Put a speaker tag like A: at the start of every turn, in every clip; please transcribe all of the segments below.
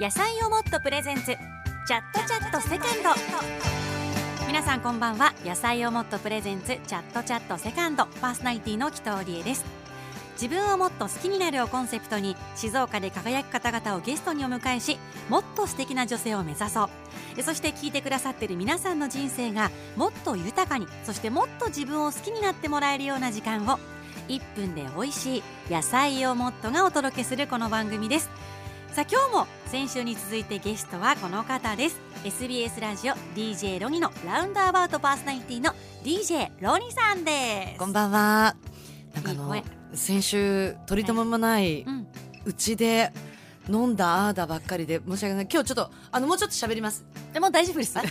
A: 野菜をもっとプレゼンツチャットチャットセカンド皆さんこんばんは野菜をもっとプレゼンツチャットチャットセカンドパーソナリティの北尾理恵です自分をもっと好きになるをコンセプトに静岡で輝く方々をゲストにお迎えしもっと素敵な女性を目指そうそして聞いてくださっている皆さんの人生がもっと豊かにそしてもっと自分を好きになってもらえるような時間を1分で美味しい野菜をもっとがお届けするこの番組ですさあ今日も先週に続いてゲストはこの方です SBS ラジオ DJ ロニのラウンドアバウトパーソナリティの DJ ロニさんです
B: こんばんは。なんかあの
A: いい
B: 先週取り留めもない、
A: うん
B: うちで飲んだああだばっかりで申し訳ない。今日ちょっとあのもうちょっと喋ります。
A: でも大丈夫です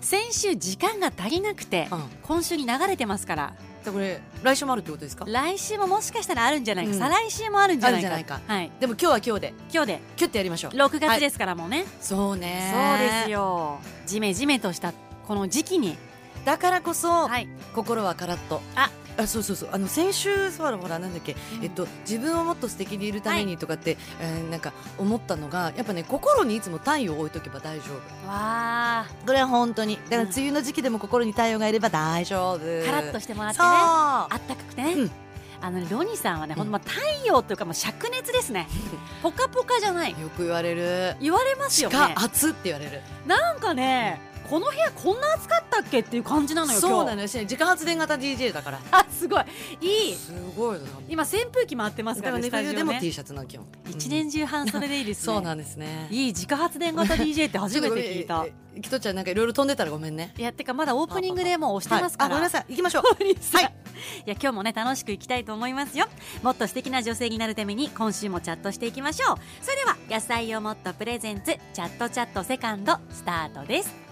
A: 先週時間が足りなくて、
B: うん
A: 今週に流れてますから
B: じゃあこれ来週もあるってことですか？
A: 来週ももしかしたらあるんじゃないか、
B: うん
A: 再来週もあるんじゃないか
B: あるんじゃない
A: はい、
B: でも今日は今日で
A: 今日で
B: キュッてやりましょう。
A: 6月ですからもうね、
B: そうね。
A: そうです。よジメジメとしたこの時期に、
B: だからこそ、
A: はい、
B: 心はカラッと。
A: あ
B: あそうそうそうあの先週そうだほらなんだっけ、
A: うん
B: えっと自分をもっと素敵でいるためにとかって、えーなんか思ったのがやっぱね心にいつも太陽を置いとけば大丈夫。
A: わあ
B: これは本当にだから
A: うん
B: 梅雨の時期でも心に太陽がいれば大丈夫
A: カラッとしてもらってねあ
B: そ
A: ったかくてね、
B: うん
A: あのねロニさんはね、
B: うん
A: ほんま太陽というかもう灼熱ですねポカポカじゃないう
B: よく言われる
A: 言われますよね
B: か熱って言われる
A: なんかねこの部屋こんな暑かったっけっていう感じなのよ今日
B: そうなのよし自家発電型 DJ だから
A: あすごいいい
B: すごいな
A: 今扇風機回ってます
B: で
A: か
B: も
A: らね
B: ね
A: スタジ
B: 冬
A: オ
B: でも
A: ね
B: T シャツの気温
A: 一年中半袖でいいですね
B: そうなんですね
A: いい自家発電型 DJ って初めて聞い た
B: きとちゃんなんかいろいろ飛んでたらごめんね
A: いやてかまだオープニングでもう押してますか
B: あご
A: ら、
B: めんなさい行きま しょう
A: ロニさん
B: はい
A: いや今日もね楽しくいきたいと思いますよもっと素敵な女性になるために今週もチャットしていきましょうそれでは野菜をもっとプレゼンツチャットチャットセカンドスタートです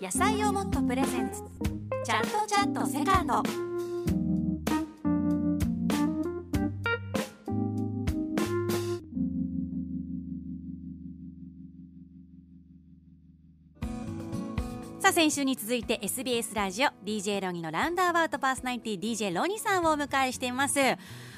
A: 野菜をもっとプレゼンツチャットチャットセカンドさあ先週に続いて SBS ラジオ DJ ロニのラウンドアバウトパーソナリティ DJ ロニさんをお迎えしています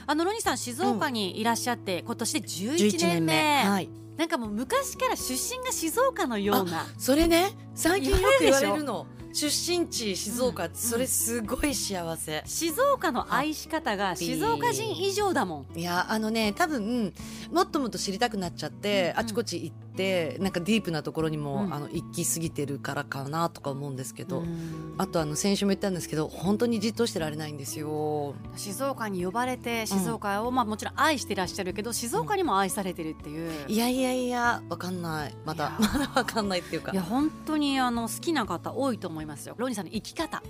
A: あのロニさん静岡にいらっしゃって、今年で11年目
B: はい
A: なんかもう昔から出身が静岡のような
B: それね最近よく
A: 言
B: 言
A: わ
B: わ
A: れるでしょ
B: れるの出身地静岡ってそれすごい幸せ
A: 静岡の愛し方が静岡人以上だもん
B: いやあのね多分もっともっと知りたくなっちゃって、
A: うんうん
B: あちこち行ってなんかディープなところにも、
A: うん
B: あの行き過ぎてるからかなとか思うんですけど、
A: うん
B: あとあの先週も言ったんですけど本当にじっとしてられないんですよ。
A: 静岡に呼ばれて静岡を、まあ、もちろん愛してらっしゃるけど静岡にも愛されてるっていう、
B: いやいやいやわかんないま
A: い
B: だ
A: や
B: まだわかんないっていうか
A: いや本当にあの好きな方多いと思いますよロニさんの生き方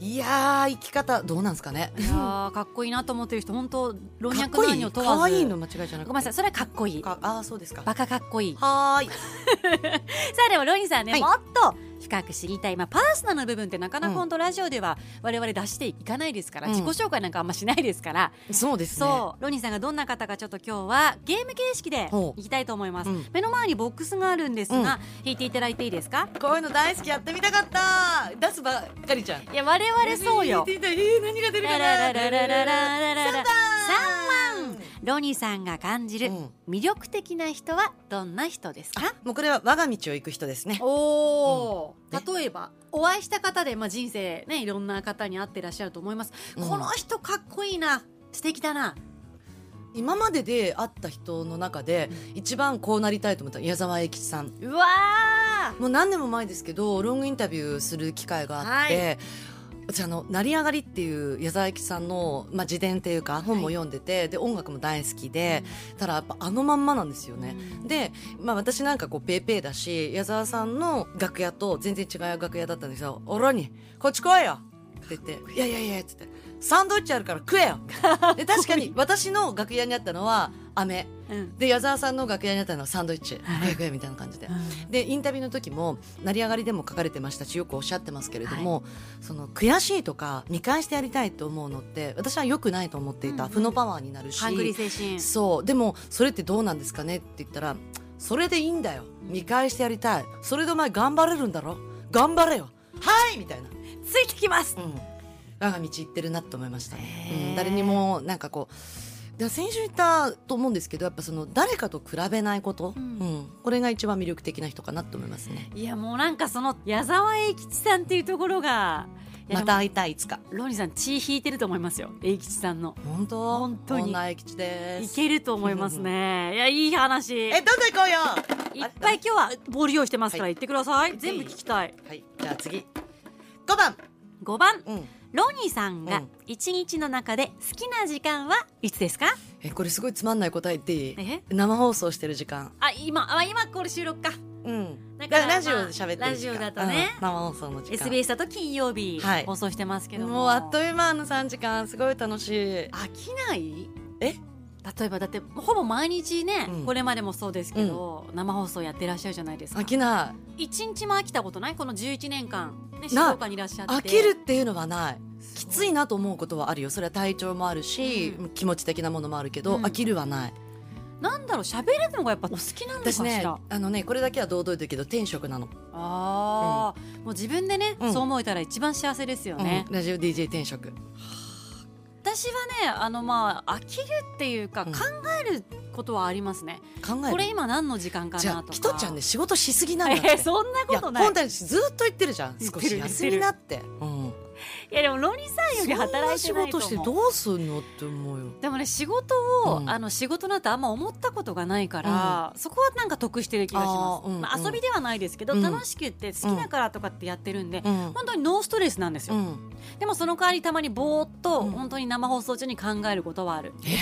B: いやー生き方どうなんですかね
A: いやーかっこいいなと思ってる人本当老
B: かっ
A: 若
B: こい
A: 男
B: い
A: 女問
B: 可
A: わず
B: 愛いの間違いじゃなくて
A: ごめんなさいそれはかっこいい
B: かああそうですか
A: バカかっこいい
B: はーい
A: さあでもロニさんね、
B: はい
A: もっと深く知りたい、まあ、パーソナルの部分ってなかなか
B: うん
A: 本当ラジオでは我々出していかないですから、
B: うん
A: 自己紹介なんかあんましないですから、
B: そうですね
A: そう、ロニーさんがどんな方かちょっと今日はゲーム形式で
B: ほう
A: いきたいと思います、
B: うん
A: 目の前にボックスがあるんですが、
B: うん
A: 引いていただいていいですか
B: こういうの大好きやってみたかった出すばっかりじゃん
A: いや我々そうよ
B: えー、何が出るかな。
A: ララララララララ
B: 三番。
A: 三ロニーさんが感じる
B: うん
A: 魅力的な人はどんな人ですか、
B: もうこれは我が道を行く人ですね。
A: お
B: うん
A: ー例えばお会いした方で、まあ、人生ねいろんな方に会ってらっしゃると思います、
B: うん
A: この人かっこいいな素敵だな
B: 今までで会った人の中で一番こうなりたいと思ったのは矢沢永吉さん。
A: うわー
B: もう何年も前ですけどロングインタビューする機会があって。私あの「成り上がり」っていう矢沢永吉さんの、まあ、自伝っていうか本も読んでて、で音楽も大好きで、ただやっぱあのまんまなんですよね、
A: うん
B: で、まあ、私なんかこうペーペーだし矢沢さんの楽屋と全然違う楽屋だったんですよ「おろにこっち来いよ」って言って「いやいやいや」っつって「サンドイッチあるから食えよ」で 確かに私の楽屋にあったのは飴
A: うん
B: で矢沢さんの楽屋にあったのはサンドイッチ「
A: はい
B: 食え食え」みたいな感じで。でインタビューの時も「成り上がり」でも書かれてましたしよくおっしゃってますけれども、その悔しいとか見返してやりたいと思うのって私は良くないと思ってい
A: うんう
B: た
A: ん
B: 負のパワーになるし、
A: ハングリー精神
B: そうでもそれってどうなんですかねって言ったらそれでいいんだよ見返してやりたいそれでお前頑張れるんだろ頑張れよはいみたいな
A: ついてきます
B: うん、我が道行ってるなと思いましたね、
A: へー
B: うん誰にもなんかこうで先週言ったと思うんですけどやっぱその誰かと比べないこと、
A: う
B: うんんこれが一番魅力的な人かなと思いますね
A: いやもうなんかその矢沢永吉さんっていうところがいや
B: また会いたいいつか
A: でもロニーさん血引いてると思いますよ永吉さんの
B: 本当
A: 本当に
B: 女吉で
A: い
B: す
A: けると思いますねいやいい話い
B: え
A: っ
B: どんどん行こうよ
A: ぱい今日はボール用意してますから
B: はい
A: 言ってください全部聞きたい
B: はいじゃあ次5番
A: 5番
B: うん
A: ロニーさん
B: う
A: が
B: ん
A: 一日の中で好きな時間はいつですか
B: えこれすごいつまんない答えでいい
A: え
B: 生放送してる時間
A: あ今あ今これ収録か
B: うん
A: だ
B: だ
A: か
B: かららラジオで喋ってる時間
A: ラジオだとね
B: うん生放送の時間
A: SBS だと金曜日
B: はい
A: 放送してますけども
B: もうあっという間の3時間すごい楽しい
A: 飽きない
B: え
A: 例えばだってほぼ毎日ね、
B: うん
A: これまでもそうですけど、生放送やってらっしゃるじゃないですか
B: 飽きな
A: 一日も飽きたことないこの11年間、ね、静
B: ない
A: 岡にいらっしゃ
B: い
A: って
B: 飽きるっていうのはないきつ
A: い
B: いなと思うことはあるよそれは体調もあるし、
A: う
B: 気持ち的なものもあるけど、
A: うん
B: 飽きるはない
A: なんだろう喋れるのがやっぱお好きなのか
B: 私
A: しら、
B: ねあのねこれだけは堂々と言うけど天職なの、
A: ああ、もう自分でね、
B: うん
A: そう思えたら一番幸せですよね、
B: うんラジオ DJ 天職
A: 私はねあのまあ飽きるっていうか、
B: うん
A: 考えることはありますね、
B: 考える
A: これ今何の時間か
B: じゃ
A: な
B: あ
A: とか
B: キトちゃんね仕事しすぎなんだって
A: えそんないこ
B: や
A: とない
B: 本体ずっと言ってるじゃん
A: 言って
B: 少
A: る
B: し休みなってうん
A: いやでもロニさんより働いて
B: そん
A: な
B: ない仕
A: と
B: 事
A: 思
B: し
A: う
B: てどうすんのって思うよ
A: でもね仕事を、
B: うん
A: あの仕事なんてあんま思ったことがないから、そこはなんか得してる気がします
B: あーうん
A: まあ、
B: うん
A: 遊びではないですけど、
B: うん
A: 楽しくって好きだからとかってやってるんで、
B: うん
A: 本当にノーストレスなんです
B: う
A: よ、
B: ん
A: でもその代わりたまにぼーっと、
B: うん
A: 本当に生放送中に考えることはある
B: え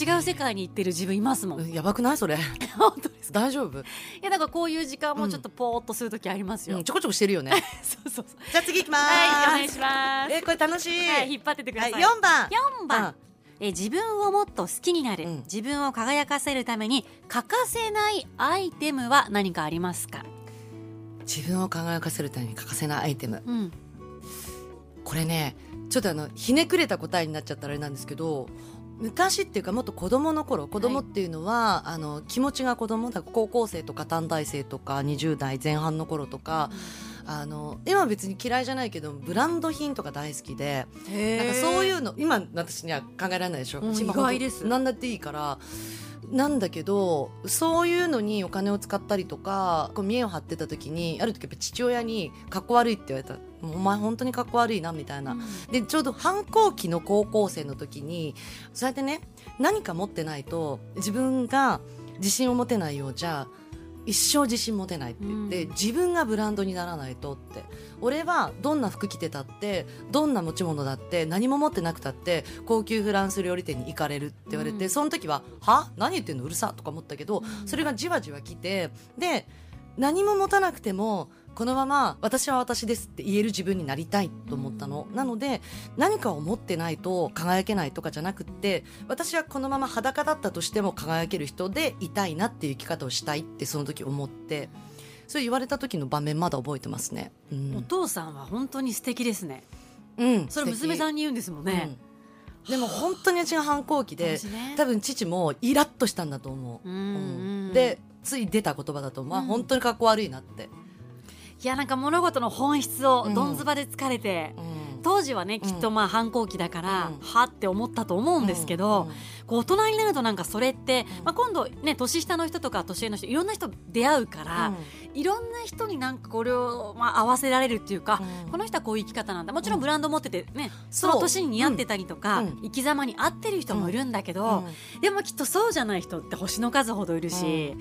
A: 違う世界に行ってる自分いますもん、
B: やばくないそれ
A: 本当です
B: 大丈夫、
A: いやだからこういう時間もちょっとぽーっとする時ありますよ、
B: うん、ちょこちょこしてる よね
A: そうそうそう
B: じゃあ次行きまーす
A: はいお願いします
B: えこれ楽しい、
A: はい引っ張ってってください、
B: はい、4番
A: 4番、え自分をもっと好きになる、
B: うん
A: 自分を輝かせるために欠かせないアイテムは何かありますか、
B: 自分を輝かせるために欠かせないアイテム
A: うん、
B: これねちょっとあのひねくれた答えになっちゃったらあれなんですけど昔っていうかもっと子供の頃子供っていうのは、あの気持ちが子供だ高校生とか短大生とか20代前半の頃とかあの今別に嫌いじゃないけどブランド品とか大好きでなんかそういうの今私には考えられないでしょ、
A: うん
B: 今
A: 意外です
B: 何だっていいからなんだけどそういうのにお金を使ったりとかこう見栄を張ってた時にある時やっぱ父親に「かっこ悪い」って言われた「もうお前本当にかっこ悪いな」みたいな。でちょうど反抗期の高校生の時にそうやってね何か持ってないと自分が自信を持てないようじゃ一生自信持てないって言って、
A: うん
B: 自分がブランドにならないとって俺はどんな服着てたってどんな持ち物だって何も持ってなくたって高級フランス料理店に行かれるって言われて、
A: うん
B: その時は「は何言ってんのうるさ」とか思ったけど、
A: うん
B: それがじわじわ来てで何も持たなくてもこのまま私は私ですって言える自分になりたいと思ったの、
A: うん
B: なので何かを持ってないと輝けないとかじゃなくって私はこのまま裸だったとしても輝ける人でいたいなっていう生き方をしたいってその時思ってそれ言われた時の場面まだ覚えてますねう
A: お
B: ん、
A: 父さんは本当に素敵ですね
B: うん、
A: それ娘さ
B: ん
A: んに言うんですもんね、、
B: うんでも本当に私が反抗期で
A: 私ね
B: 多分父もイラッとしたんだと思う、
A: うんうん
B: でつい出た言葉だと思う、あ
A: うん
B: 本当にかっこ悪いなって、
A: いやなんか物事の本質を
B: うん
A: どんずばで疲れて、
B: うん
A: 当時はねきっとまあ反抗期だから、
B: うん
A: はって思ったと思うんですけど、こう大人になるとなんかそれって、
B: うん
A: まあ、今度ね年下の人とか年上の人いろんな人出会うから、
B: うん
A: いろんな人になんかこれを、まあ、合わせられるっていうか、
B: うん
A: この人はこういう生き方なんだもちろん
B: うん
A: ブランド持っててね、そ
B: そう
A: の年に似合ってたりとか、
B: うんうん
A: 生き様に合ってる人もいるんだけど、
B: うん
A: でもきっとそうじゃない人って星の数ほどいるし、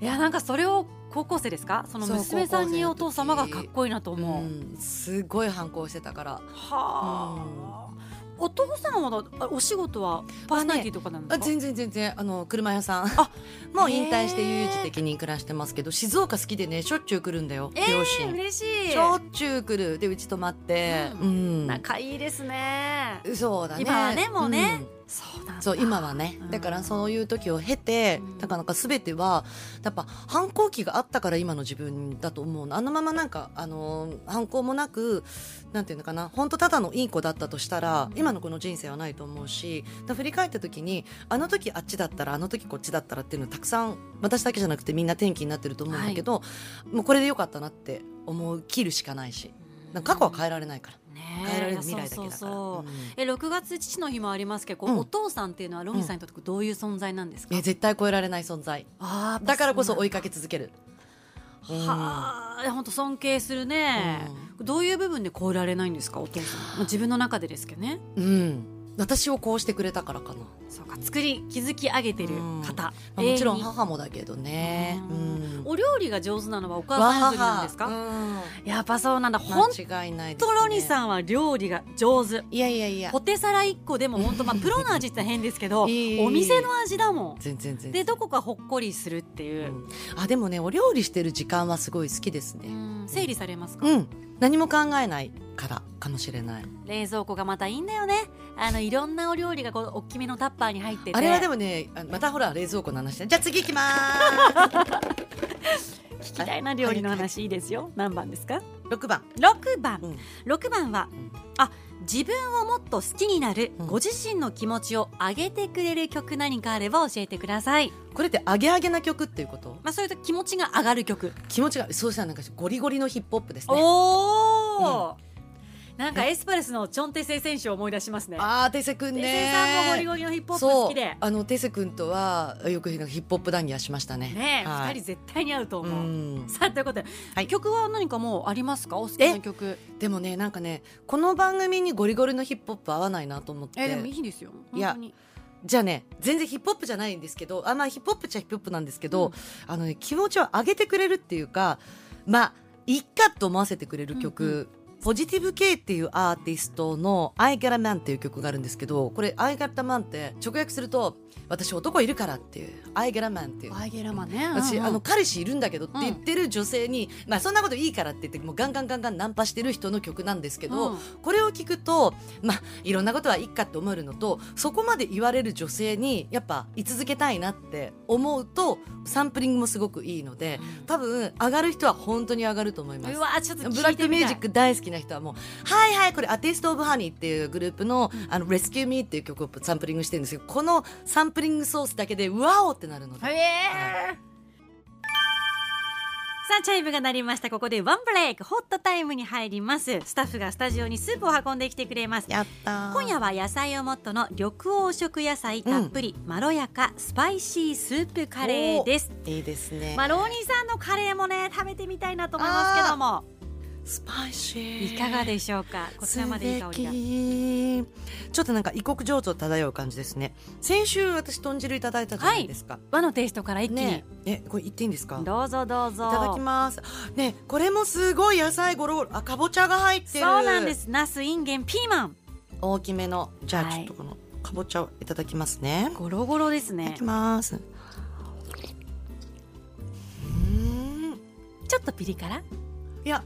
A: いやなんかそれを高校生ですかその
B: そう
A: 娘さんにお
B: 高
A: 父
B: 校生
A: 様
B: の時
A: がかっこいいなと思う。
B: うんすごい反抗してたから
A: はあ、お父さんはあお仕事はパーソナリティとかなんで
B: あ
A: すか、
B: 全然全然あの車屋さん
A: あ
B: もう引退して
A: へー
B: 悠々自適に暮らしてますけど静岡好きでねしょっちゅう来るんだよ、
A: えー
B: 両親
A: 嬉しい
B: しょっちゅう来るでうち泊まって
A: う
B: うん、
A: 仲いいですね
B: そうだね
A: 今はねもうね、そうなんだ
B: そう今はね、
A: うん
B: だからそういう時を経て、
A: うん
B: なかなか全てはやっぱ反抗期があったから今の自分だと思うのあのままなんか、あのー反抗もなくなんていうのかな本当ただのいい子だったとしたら、
A: うん
B: 今のこの人生はないと思うしだから振り返った時にあの時あっちだったらあの時こっちだったらっていうのたくさん私だけじゃなくてみんな転機になってると思うんだけど、もうこれでよかったなって思う切るしかないしなんか過去は変えられないから
A: ね
B: 変えられるの未来だけだから。
A: そうそうそう
B: うん
A: え6月父の日もありますけどこう、
B: うん
A: お父さんっていうのはロミさんにとってどういう存在なんですか、
B: いや絶対超えられない存在
A: あー
B: だからこそ追いかけ続ける。うん
A: はあ本当尊敬するね、どういう部分で超えられないんですかお父さんまあ自分の中でですけどね
B: うん、私をこうしてくれたからかな、
A: そうか作り築き上げてる方、
B: まあもちろん
A: 永遠に
B: 母もだけどね、
A: う
B: うんん、
A: お料理が上手なのはお母
B: わ
A: さん譲
B: は
A: りなんですか、
B: は
A: やっぱそうなんだ
B: うん
A: 本
B: 間違いないです、
A: 当
B: ね、
A: ロニさんは料理が上手
B: いやいやいや
A: ポテサラ1個でも本当まあプロの味って言ったら変ですけど
B: いいいい
A: お店の味だもん
B: 全然全
A: で
B: 然
A: どこかほっこりするっていうう、
B: んあでもねお料理してる時間はすごい好きです
A: う
B: ね
A: ん、整理されますか、
B: うん何も考えないからかもしれない
A: 冷蔵庫がまたいいんだよねあのいろんなお料理がこう大きめのタッパーに入ってて
B: あれはでもねあまたほら冷蔵庫の話ねじゃあ次行きま
A: 聞きたいな料理の話いいですよ何番ですか
B: ーす6番、
A: 6番
B: うん
A: 6番は、
B: ん
A: あ自分をもっと好きになる、
B: うん
A: ご自身の気持ちを上げてくれる曲何かあれば教えてください、
B: これってアゲアゲな曲っていうこと
A: まあ、そういうと気持ちが上がる曲、
B: 気持ちがそうしたらなんかゴリゴリのヒップホップですね
A: おお、なんかエスパルスのチョンテセ選手を思い出しますね
B: あーてせくん
A: テ
B: ね
A: セさんもゴリゴリのヒップホップ好
B: そ
A: き
B: う
A: で
B: あのテセ君とはよくなんかヒップホップ談義はしましたね
A: ねえ、
B: は
A: 2人絶対に合うと思う、
B: う ん
A: さあということで、
B: はい
A: 曲は何かもうありますかお好きな曲
B: でもねなんかねこの番組にゴリゴリのヒップホップ合わないなと思って、
A: えでもいいですよ
B: いや
A: 本当に
B: じゃあね全然ヒップホップじゃないんですけどあまあヒップホップっちゃヒップホップなんですけど、
A: うん
B: あのね、気持ちを上げてくれるっていうかまあいっかと思わせてくれる曲、
A: うんう
B: ポジティブ系っていうアーティストの「I Got a Man」っていう曲があるんですけどこれ「I Got a Man」って直訳すると「私男いるから」っていう「I Got a Man」っていう
A: ワイゲラマね
B: 私、
A: うんうん
B: あの彼氏いるんだけどって言ってる女性に、まあ、そんなこといいからって言ってもうガンガンガンガンナンパしてる人の曲なんですけど、
A: うん
B: これを聞くと、まあ、いろんなことはいいかって思えるのとそこまで言われる女性にやっぱ居続けたいなって思うとサンプリングもすごくいいので多分上がる人は本当に上がると思います
A: う。わちょっと聞いてみ
B: ブ
A: た
B: ラ
A: い
B: ックミュージック大好きな人はもう、はいはい、これ、アテイスト・オブ・ハニーっていうグループの、あの、レスキュー・ミーっていう曲をサンプリングしてるんですけど、このサンプリングソースだけで、うわおってなるので。
A: へえさあチャイムが鳴りましたここでワンブレイクホットタイムに入りますスタッフがスタジオにスープを運んできてくれます
B: やったー
A: 今夜は野菜をもっとの緑黄色野菜たっぷり、まろやかスパイシースープカレーです
B: いいですね
A: まあローニーさんのカレーもね食べてみたいなと思いますけども
B: スパイシ
A: い
B: ー
A: かがでしょうかこちらまでいい香りが
B: りちょっとなんか異国情緒漂う感じですね先週私豚汁いただいたじゃないですか、
A: 和のテイストから一気に、
B: ねえこれ言っていいんですかい
A: どうぞどうぞ
B: ただきますねこれもすごい野菜ゴロゴロあかぼちゃが入ってる
A: そうなんですナスインゲンピーマン
B: 大きめのじゃ
A: はい
B: あちょっとこのかぼちゃをいただきますね、い
A: ゴロゴロです
B: た
A: ね
B: だきますうーん
A: ちょっとピリ辛
B: いや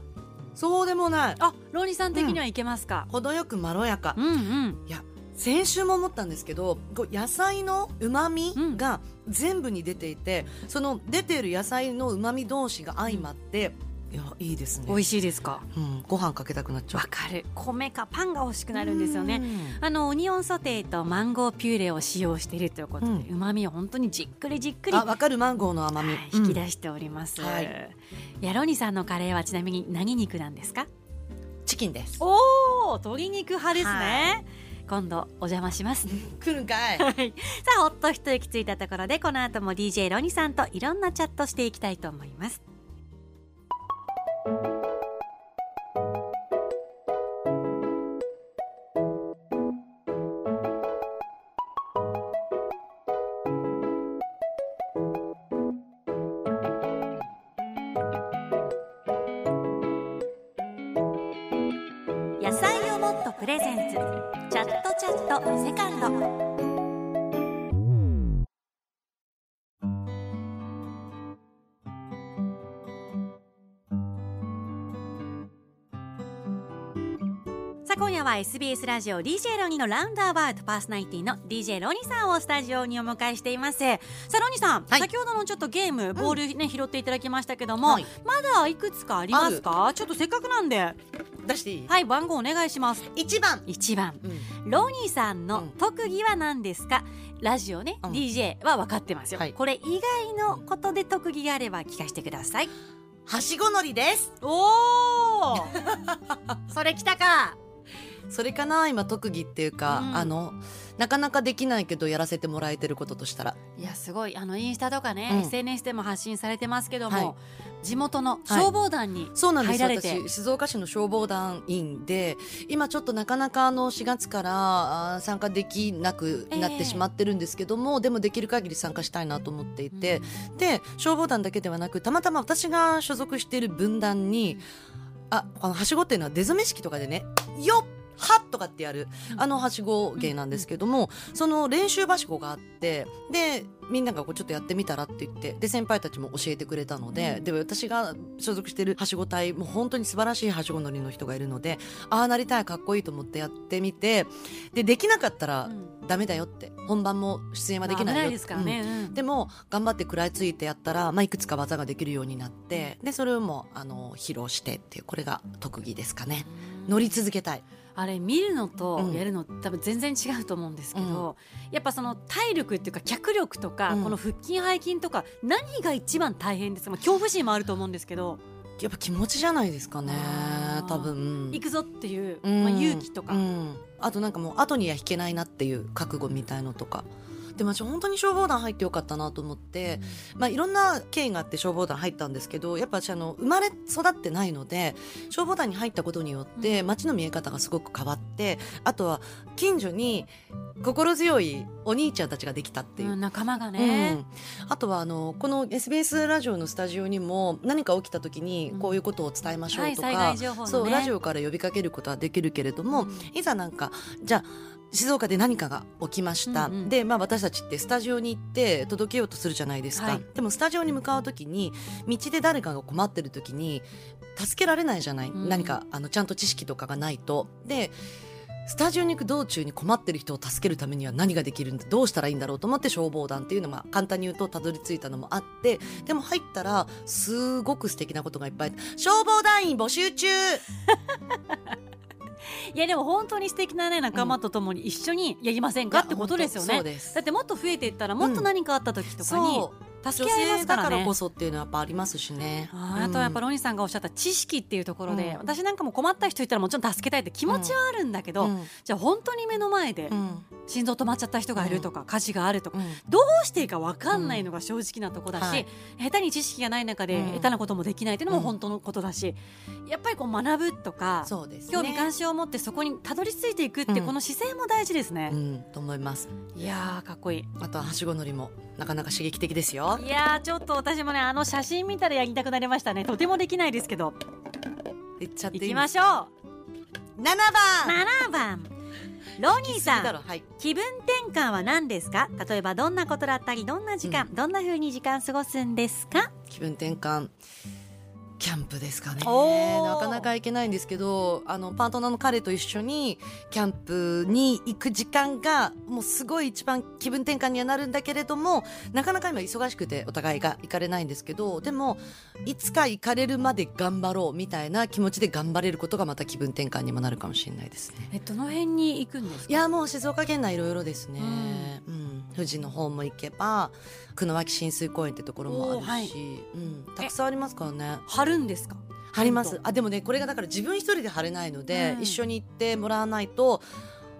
B: そうでもない
A: あローニーさん的にはいけますか、
B: 程よくまろやか
A: うん、うん
B: いや先週も思ったんですけどこう野菜のうまみが全部に出ていて、その出ている野菜のうまみ同士が相まって、いやいいですね
A: 美味しいですか
B: うん、ご飯かけたくなっちゃ
A: わ
B: う
A: かる米かパンが欲しくなるんですよねあのオニオンソテーとマンゴーピューレを使用しているということで
B: う
A: う
B: ん
A: ま、みを本当にじっくりじっく
B: うん
A: り
B: あわかるマンゴーの甘み、
A: はい引き出しております、
B: はい
A: やロニさんのカレーはちなみに何肉なんですか
B: うんチキンです
A: おお鶏肉派ですね、今度お邪魔し ます
B: 来るんかい
A: はい、さあほっと一息ついたところでこの後も DJ ロニさんといろんなチャットしていきたいと思います野菜をもっとプレゼンツチャットチャットセカンドさあ今夜は SBS ラジオ DJ ロニのラウンドアバウトパーソナリティの DJ ロニさんをスタジオにお迎えしていますさあロニさん、
B: はい
A: 先ほどのちょっとゲームボールね、拾っていただきましたけども、
B: はい
A: まだいくつかありますかちょっとせっかくなんで
B: 出していい、
A: はい番号お願いします
B: 一番、
A: 1番
B: うん
A: ロニーさん
B: う
A: の
B: ん
A: 特技は何ですか、ラジオね、
B: うん
A: DJ は分かってますよ、
B: はい
A: これ以外のことで特技があれば聞かせてください
B: はしご乗りです
A: お おそれ来たか
B: それかな今特技っていうか、
A: うん
B: あのなかなかできないけどやらせてもらえてることとしたら
A: いやすごいあのインスタとかね、
B: うん
A: SNS でも発信されてますけども、
B: はい
A: 地元の消防団に、
B: そうなんですよ
A: 入られて
B: 私静岡市の消防団員で今ちょっとなかなかあの4月からあー参加できなくなっ
A: ええ
B: てしまってるんですけども、でもできる限り参加したいなと思っていて、で消防団だけではなくたまたま私が所属している分団に、
A: うん
B: ああのはしごっていうのは出初め式とかでねよっはっとかってやる
A: うん
B: あのはしご芸なんですけども、その練習はしごがあってでみんながこうちょっとやってみたらって言ってで先輩たちも教えてくれたので、
A: うん
B: で私が所属しているはしご隊もう本当に素晴らしいはしご乗りの人がいるのでああなりたいかっこいいと思ってやってみてでできなかったら
A: うん
B: ダメだよって本番も出演はできない
A: まあ危
B: よ
A: ないですからね、うん
B: うんでも頑張って食らいついてやったら、まあ、いくつか技ができるようになってでそれをもうあの披露してっていうこれが特技ですかね乗り続けたい
A: あれ見るのと
B: うん
A: やるの、多分全然違うと思うんですけど、やっぱその体力っていうか脚力とか、
B: うん
A: この腹筋背筋とか何が一番大変ですか、まあ、恐怖心もあると思うんですけど、
B: やっぱ気持ちじゃないですかね
A: あー
B: 多分
A: 行くぞっていう、
B: うん
A: まあ、勇気とか、
B: うんあとなんかもう後には引けないなっていう覚悟みたいのとかでも私本当に消防団入ってよかったなと思って、まあ、いろんな経緯があって消防団入ったんですけどやっぱ私あの生まれ育ってないので消防団に入ったことによって街の見え方がすごく変わってあとは近所に心強いお兄ちゃんたちができたっていう
A: う。ん仲間が
B: う
A: ね、
B: ん、あとはあのこの SBS ラジオのスタジオにも何か起きた時にこういうことを伝えましょ
A: は
B: う
A: い
B: とか、
A: 災害情報のね
B: そうラジオから呼びかけることはできるけれど
A: う
B: も、
A: ん
B: いざなんかじゃあ静岡で何かが起きました、
A: うんうん
B: で、まあ、私たちってスタジオに行って届けようとするじゃないですか、
A: はい
B: でもスタジオに向かう時に道で誰かが困ってる時に助けられないじゃない、
A: うん
B: 何かあのちゃんと知識とかがないと。でスタジオに行く道中に困ってる人を助けるためには何ができるんだどうしたらいいんだろうと思って消防団っていうのが簡単に言うとたどり着いたのもあってでも入ったらすごく素敵なことがいっぱい消防団員募集中
A: いやでも本当に素敵なね仲間とともに一緒にやりませんかってことですよ
B: い
A: ね
B: や本当そう。です
A: だってもっと増えていったらもっと何かあった時とかに
B: そう
A: 助け合いますから
B: 女性だから
A: ね
B: こ。そっていうのはやっぱありますしね
A: あーあとはやっぱロニさんがおっしゃった知識っていうところで、
B: うん
A: 私なんかも困った人いたらもちろん助けたいって気持ちはあるんだけど、
B: うん
A: じゃあ本当に目の前で
B: うん
A: 心臓止まっちゃった人がいるとか、火事があるとか、
B: うん
A: どうしていいか分かんないのが正直なとこだし、
B: うんはい
A: 下手に知識がない中で
B: うん
A: 下手なこともできないっていうのも本当のことだし、やっぱりこう学ぶとか、
B: そうですね
A: 興味関心を持ってそこにたどり着いていくって、
B: うん
A: この姿勢も大事ですね
B: う。んと思います
A: いやーかっこいい
B: あとははしご乗りもなかなか刺激的ですよ
A: いやーちょっと私もねあの写真見たらやりたくなりましたねとてもできないですけど
B: 行っちゃって
A: い
B: いい
A: きましょう
B: 7番
A: 7番ロニーさ
B: だ
A: ん
B: ろはい
A: 気分転換は何ですか例えばどんなことだったりどんな時間、どんな風に時間過ごすんですか
B: 気分転換キャンプですかね
A: おー
B: なかなか行けないんですけどあのパートナーの彼と一緒にキャンプに行く時間がもうすごい一番気分転換にはなるんだけれどもなかなか今忙しくてお互いが行かれないんですけどでもいつか行かれるまで頑張ろうみたいな気持ちで頑張れることがまた気分転換にもなるかもしれないですね。
A: えどの辺に行くんです
B: いやもう静岡県内いろいろですね、うん、富士の方も行けば久野脇親水公園ってところもある
A: おー
B: し、
A: はい
B: うん、たくさんありますからね
A: 貼るんですか
B: 貼りま
A: 本
B: すあでもねこれがだから自分一人で貼れないので、
A: うん
B: 一緒に行ってもらわないと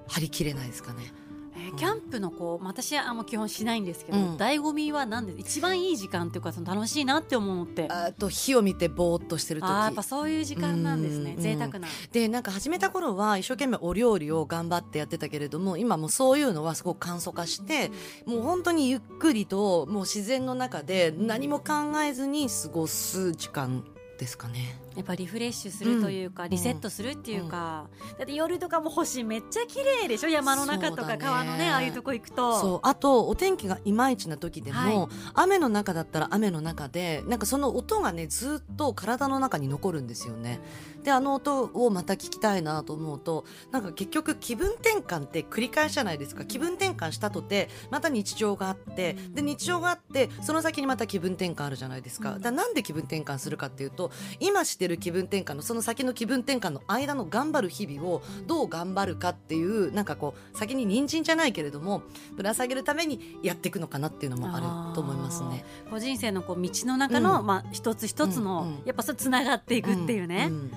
B: 貼り切れないですかね
A: えー
B: うん
A: キャンプのこう私はあんま基本しないんですけど、
B: うん
A: 醍醐味は何です一番いい時間っていうかその楽しいなって思うのってあ
B: あと火を見てぼーっとしてる時
A: ーやっぱそういう時間なんですね
B: うん
A: 贅沢な
B: でなんか始めた頃は一生懸命お料理を頑張ってやってたけれども今もうそういうのはすごく簡素化してもう本当にゆっくりともう自然の中で何も考えずに過ごす時間ですかね
A: やっぱリフレッシュするというか、リセットするっていうか、だって夜とかも星めっちゃ綺麗でしょ山の中と
B: そうだ
A: か
B: ね
A: 川のねああいうとこ行くと
B: そうあとお天気がいまいちな時でも、
A: はい
B: 雨の中だったら雨の中でなんかその音がねずっと体の中に残るんですよねであの音をまた聞きたいなと思うとなんか結局気分転換って繰り返しじゃないですか気分転換したとてまた日常があってで日常があってその先にまた気分転換あるじゃないですかだからなんで気分転換するかっていうと今してる気分転換のその先の気分転換の間の頑張る日々をどう頑張るかっていうなんかこう先に人参じゃないけれどもぶら下げるためにやっていくのかなっていうのもあると思いますね。
A: こう人生のこう道の中の、
B: うん
A: まあ、一つ一つの、
B: うんうん
A: やっぱそれつながっていくっていうね、
B: んん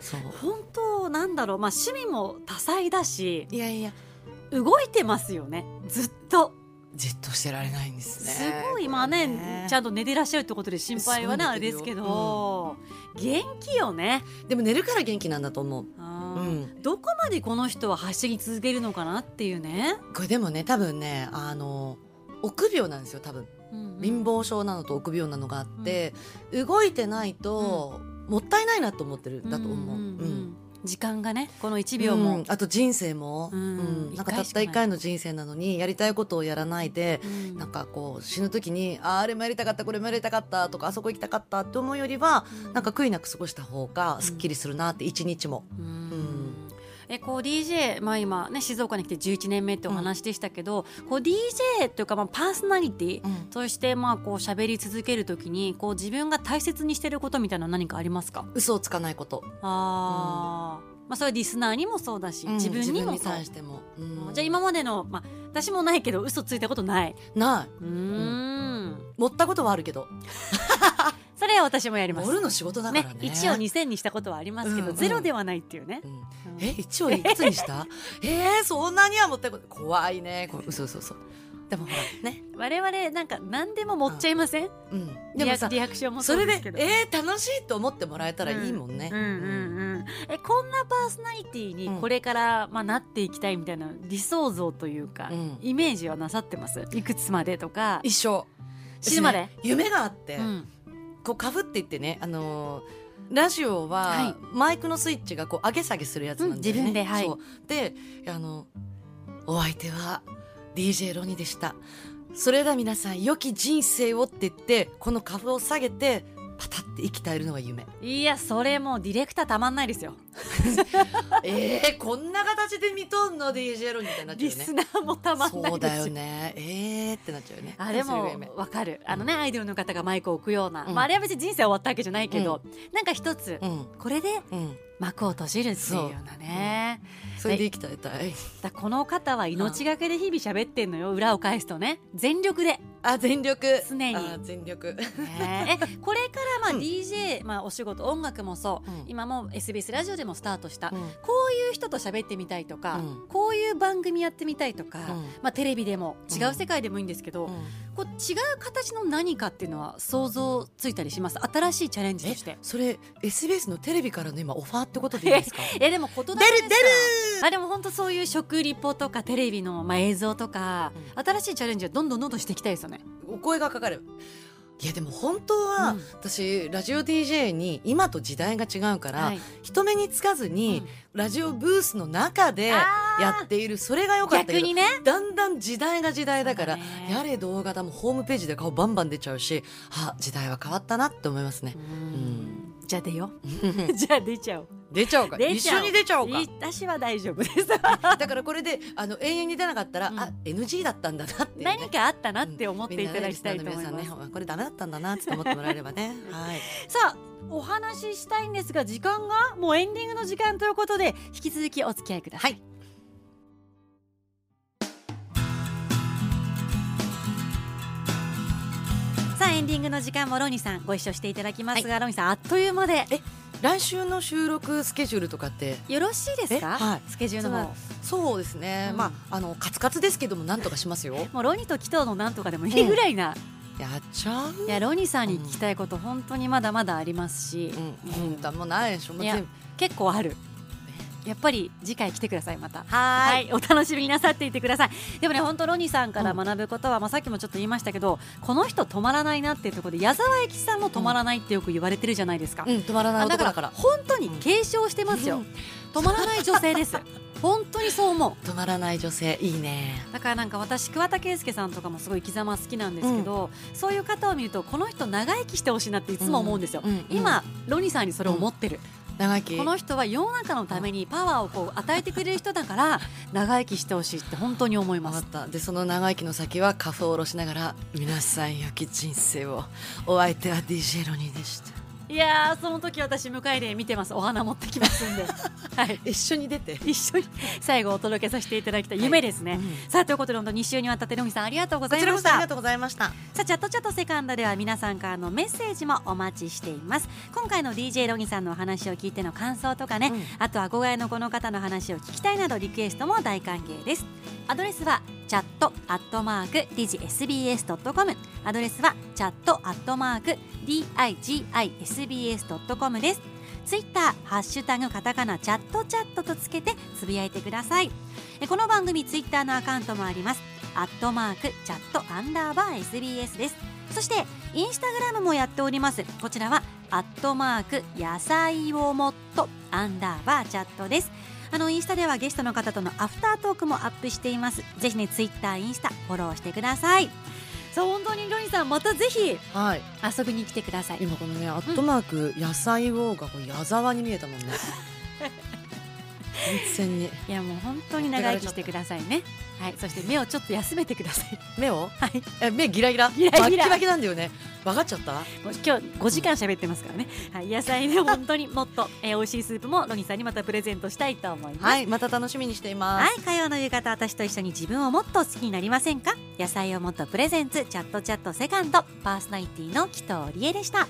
B: そう
A: 本当なんだろう、まあ、趣味も多彩だし
B: いやいや
A: 動いてますよねずっと
B: じっとしてられないんですね。
A: すごい今ねちゃんと寝てらっしゃるってことで心配はね
B: すご
A: あ
B: い
A: れで
B: 寝てるよ
A: すけど、元気よね、
B: でも寝るから元気なんだと思う。
A: あ
B: う
A: ー
B: ん、
A: どこまでこの人は走り続けるのかなっていうね、
B: これでもね多分ねあの臆病なんですよ多分
A: うんうん
B: 貧乏症なのと臆病なのがあって、動いてないと、もったいないなと思ってるんだと思う。
A: んんん
B: うん
A: 時間がねこの1秒も、
B: うんあと人生も、
A: う
B: うんんなんか
A: 一
B: た
A: 回
B: っ
A: しか
B: た
A: ない
B: 一回の人生なのにやりたいことをやらないで、
A: うん
B: なんかこう死ぬ時にあーあれもやりたかったこれもやりたかったとかあそこ行きたかったって思うよりは、なんか悔いなく過ごした方がすっきりするなって一日も。
A: うん
B: ん
A: えこう DJ、まあ、今、ね、静岡に来て11年目ってお話でしたけど、こう DJ というか、まあ、パーソナリティ
B: うん
A: そしてまあこう喋り続けるときにこう自分が大切にしてることみたいなの何かありますか
B: 嘘をつかないこと、
A: あー、まあそれはリスナーにもそうだし、
B: うん
A: 自分にも
B: 自
A: そう
B: 対しても、うん
A: じゃあ今までの、まあ、私もないけど嘘ついたことない
B: な
A: うーん
B: い持ったことはあるけど
A: それは私もやります
B: 盛るの仕事だから
A: ね
B: ね
A: 1を2000にしたことはありますけど、
B: うんうん
A: ゼロではないっていうね
B: う、んえ一応いくつにした えー、そんなには持ってこない怖いねこうそうそうそうでもほらね、
A: 我々なんか何でも持っちゃいません、
B: うん、で
A: リ
B: も
A: ア
B: さ
A: リアクションもそ
B: そうれ
A: ですけ
B: で
A: ど
B: えー、楽しいと思ってもらえたらいいもんね、
A: うんうんうん、えこんなパーソナリティに
B: うん
A: これから、まあ、なっていきたいみたいな理想像というか、
B: うん
A: イメージはなさってますいくつまでとか
B: 一生
A: 死ぬまで、
B: 夢があって、
A: うん
B: こうかぶっていってねあのーラジオ
A: はい
B: はマイクのスイッチがこう上げ下げするやつなんだよね、
A: うん自分ではい
B: そうであのお相手は DJ ロニでしたそれでは皆さん良き人生をって言ってこの株を下げてパタって息絶えるのが 夢
A: いやそれもうディレクターたまんないですよ
B: えー、こんな形で見とんの DJ ロニみたいになっちゃ
A: リ
B: うよね
A: スナーもたまんないですよ
B: そうだよねえーってなっちゃうよね
A: あで
B: それが夢
A: もわかるあのね、アイドルの方がマイクを置くような、
B: うん
A: まあ、あれは別に人生終わったわけじゃないけど、なんか一つ、
B: うん
A: これで
B: うん
A: 幕を閉じるっていうようなね、
B: それで息絶えたい
A: だからこの方は命がけで日々喋ってんのよ裏を返すとね全力で
B: あ全力
A: 常に
B: あ全力
A: ねえこれからまあ
B: うん
A: DJ、まあ、お仕事音楽もそう、
B: うん
A: 今もう SBS ラジオでもスタートした、こ
B: うん
A: ういう人と喋ってみたいとか、
B: うん
A: こういう番組やってみたいとか、
B: うん
A: まあ、テレビでも違う世界でもいいんですけど、こう違う形の何かっていうのは想像ついたりします新しいチャレンジとして
B: え。それ SBS のテレビからの今オファーってことでいいですか
A: えでも言霊です
B: 出る出る
A: あでも本当そういう食リポとかテレビのまあ映像とか、
B: う
A: 新しいチャレンジはどんどんどんどんしていきたいですよね。
B: お声がかかるいやでも本当は、
A: うん
B: 私ラジオ DJ に今と時代が違うから、
A: はい
B: 人目につかずに、
A: うん
B: ラジオブースの中で
A: あー
B: やっているそれが良かったけ
A: 逆
B: ど
A: にね
B: だんだん時代が時代だから
A: そうだね
B: やれ動画だもホームページで顔バンバン出ちゃうしあ時代は変わったなって思いますね
A: う、んじゃあ出よ うじゃあ出ちゃおう
B: 出ちゃおうか
A: 出
B: 一
A: ちゃ
B: 緒
A: う
B: に出ちゃおうか
A: い私は大丈夫 です
B: だからこれであの永遠に出なかったら、
A: うん
B: あ NG だったんだなっていうね、
A: 何かあったなって思っていただきたいと思います、
B: みんなねリスナーの皆さんね、これダメだったんだな って思ってもらえればね。はい。
A: さあお話ししたいんですが時間がもうエンディングの時間ということで引き続きお付き合いください、さあエンディングの時間もロニさんご一緒していただきますが、ロニさんあっという間で
B: 来週の収録スケジュールとかって、
A: よろしいですか、
B: えはい
A: スケジュールの方
B: そうですね。
A: うん
B: まああのカツカツですけどもなんとかしますよ。
A: もうロニとキトのなんとかでもいいぐらいな、
B: やっちゃう。
A: いやロニさんに聞きたいこと本当にまだまだありますし、
B: うん、本当はもうないでしょ。もう
A: いや
B: 全部
A: 結構あるやっぱり次回来てくださいまた
B: は
A: は
B: ーい
A: い、お楽しみになさっていてください。でもね、本当ロニーさんから学ぶことは、まあ、さっきもちょっと言いましたけど。この人止まらないなっていうところで、矢沢永吉さんも止まらないってよく言われてるじゃないですか。
B: うん止まらない
A: あだ
B: 男
A: から
B: だから
A: 本当に継承してますよ、
B: うん
A: 止まらない女性です 本当にそう思う
B: 止まらない女性いいね
A: だからなんか私桑田佳祐さんとかもすごい生き様好きなんですけど、そういう方を見るとこの人長生きしてほしいなっていつも思うんですよ、
B: うんうん
A: 今ロニーさんにそれを思ってる、
B: 長生き
A: この人は世の中のためにパワーをこう与えてくれる人だから長生きしてほしいって本当に思いま
B: わかっ
A: す
B: たでその長生きの先は花粉を下ろしながら皆さん良き人生をお相手は DJ ロニーでした
A: いやーその時私向かいで見てますお花持ってきます んではい
B: 一緒に出て
A: 一緒に最後お届けさせていただきたい夢ですね、さあということで本当2週にわたってロミさんありがとうございました
B: とうございました
A: さあチャットチャットセカンドでは皆さんからのメッセージもお待ちしています今回の DJ ロギさんのお話を聞いての感想とかね、
B: うん
A: あと憧れのこの方の話を聞きたいなどリクエストも大歓迎ですアドレスはチャットアットマーク digsbs.com アドレスはチャットアットマーク digisbs.com ですツイッター、ハッシュタグカタカナチャットチャットとつけてつぶやいてくださいえこの番組ツイッターのアカウントもありますアットマークチャットアンダーバー SBS ですそしてインスタグラムもやっておりますこちらはアットマーク野菜をもっとアンダーバーチャットですあのインスタではゲストの方とのアフタートークもアップしていますぜひねツイッターインスタフォローしてくださいさあ本当にロニーさんまたぜひ
B: はい
A: 遊びに来てください
B: 今このねアットマーク野菜ウォーがこう矢沢に見えたもんね完全に
A: いやもう本当に長生きしてくださいねはいそして目をちょっと休めてください
B: 目を
A: はい
B: え目ギラギラ
A: ギラギラ
B: バッキバキなんだよね分かっちゃった
A: もう今日5時間喋ってますからね、はい、野菜で本当にもっと、えー、美味しいスープもロニーさんにまたプレゼントしたいと思います。
B: はいまた楽しみにしています、
A: はい火曜の夕方私と一緒に自分をもっと好きになりませんか野菜をもっとプレゼンツチャットチャットセカンドパーソナリティの紀藤理恵でした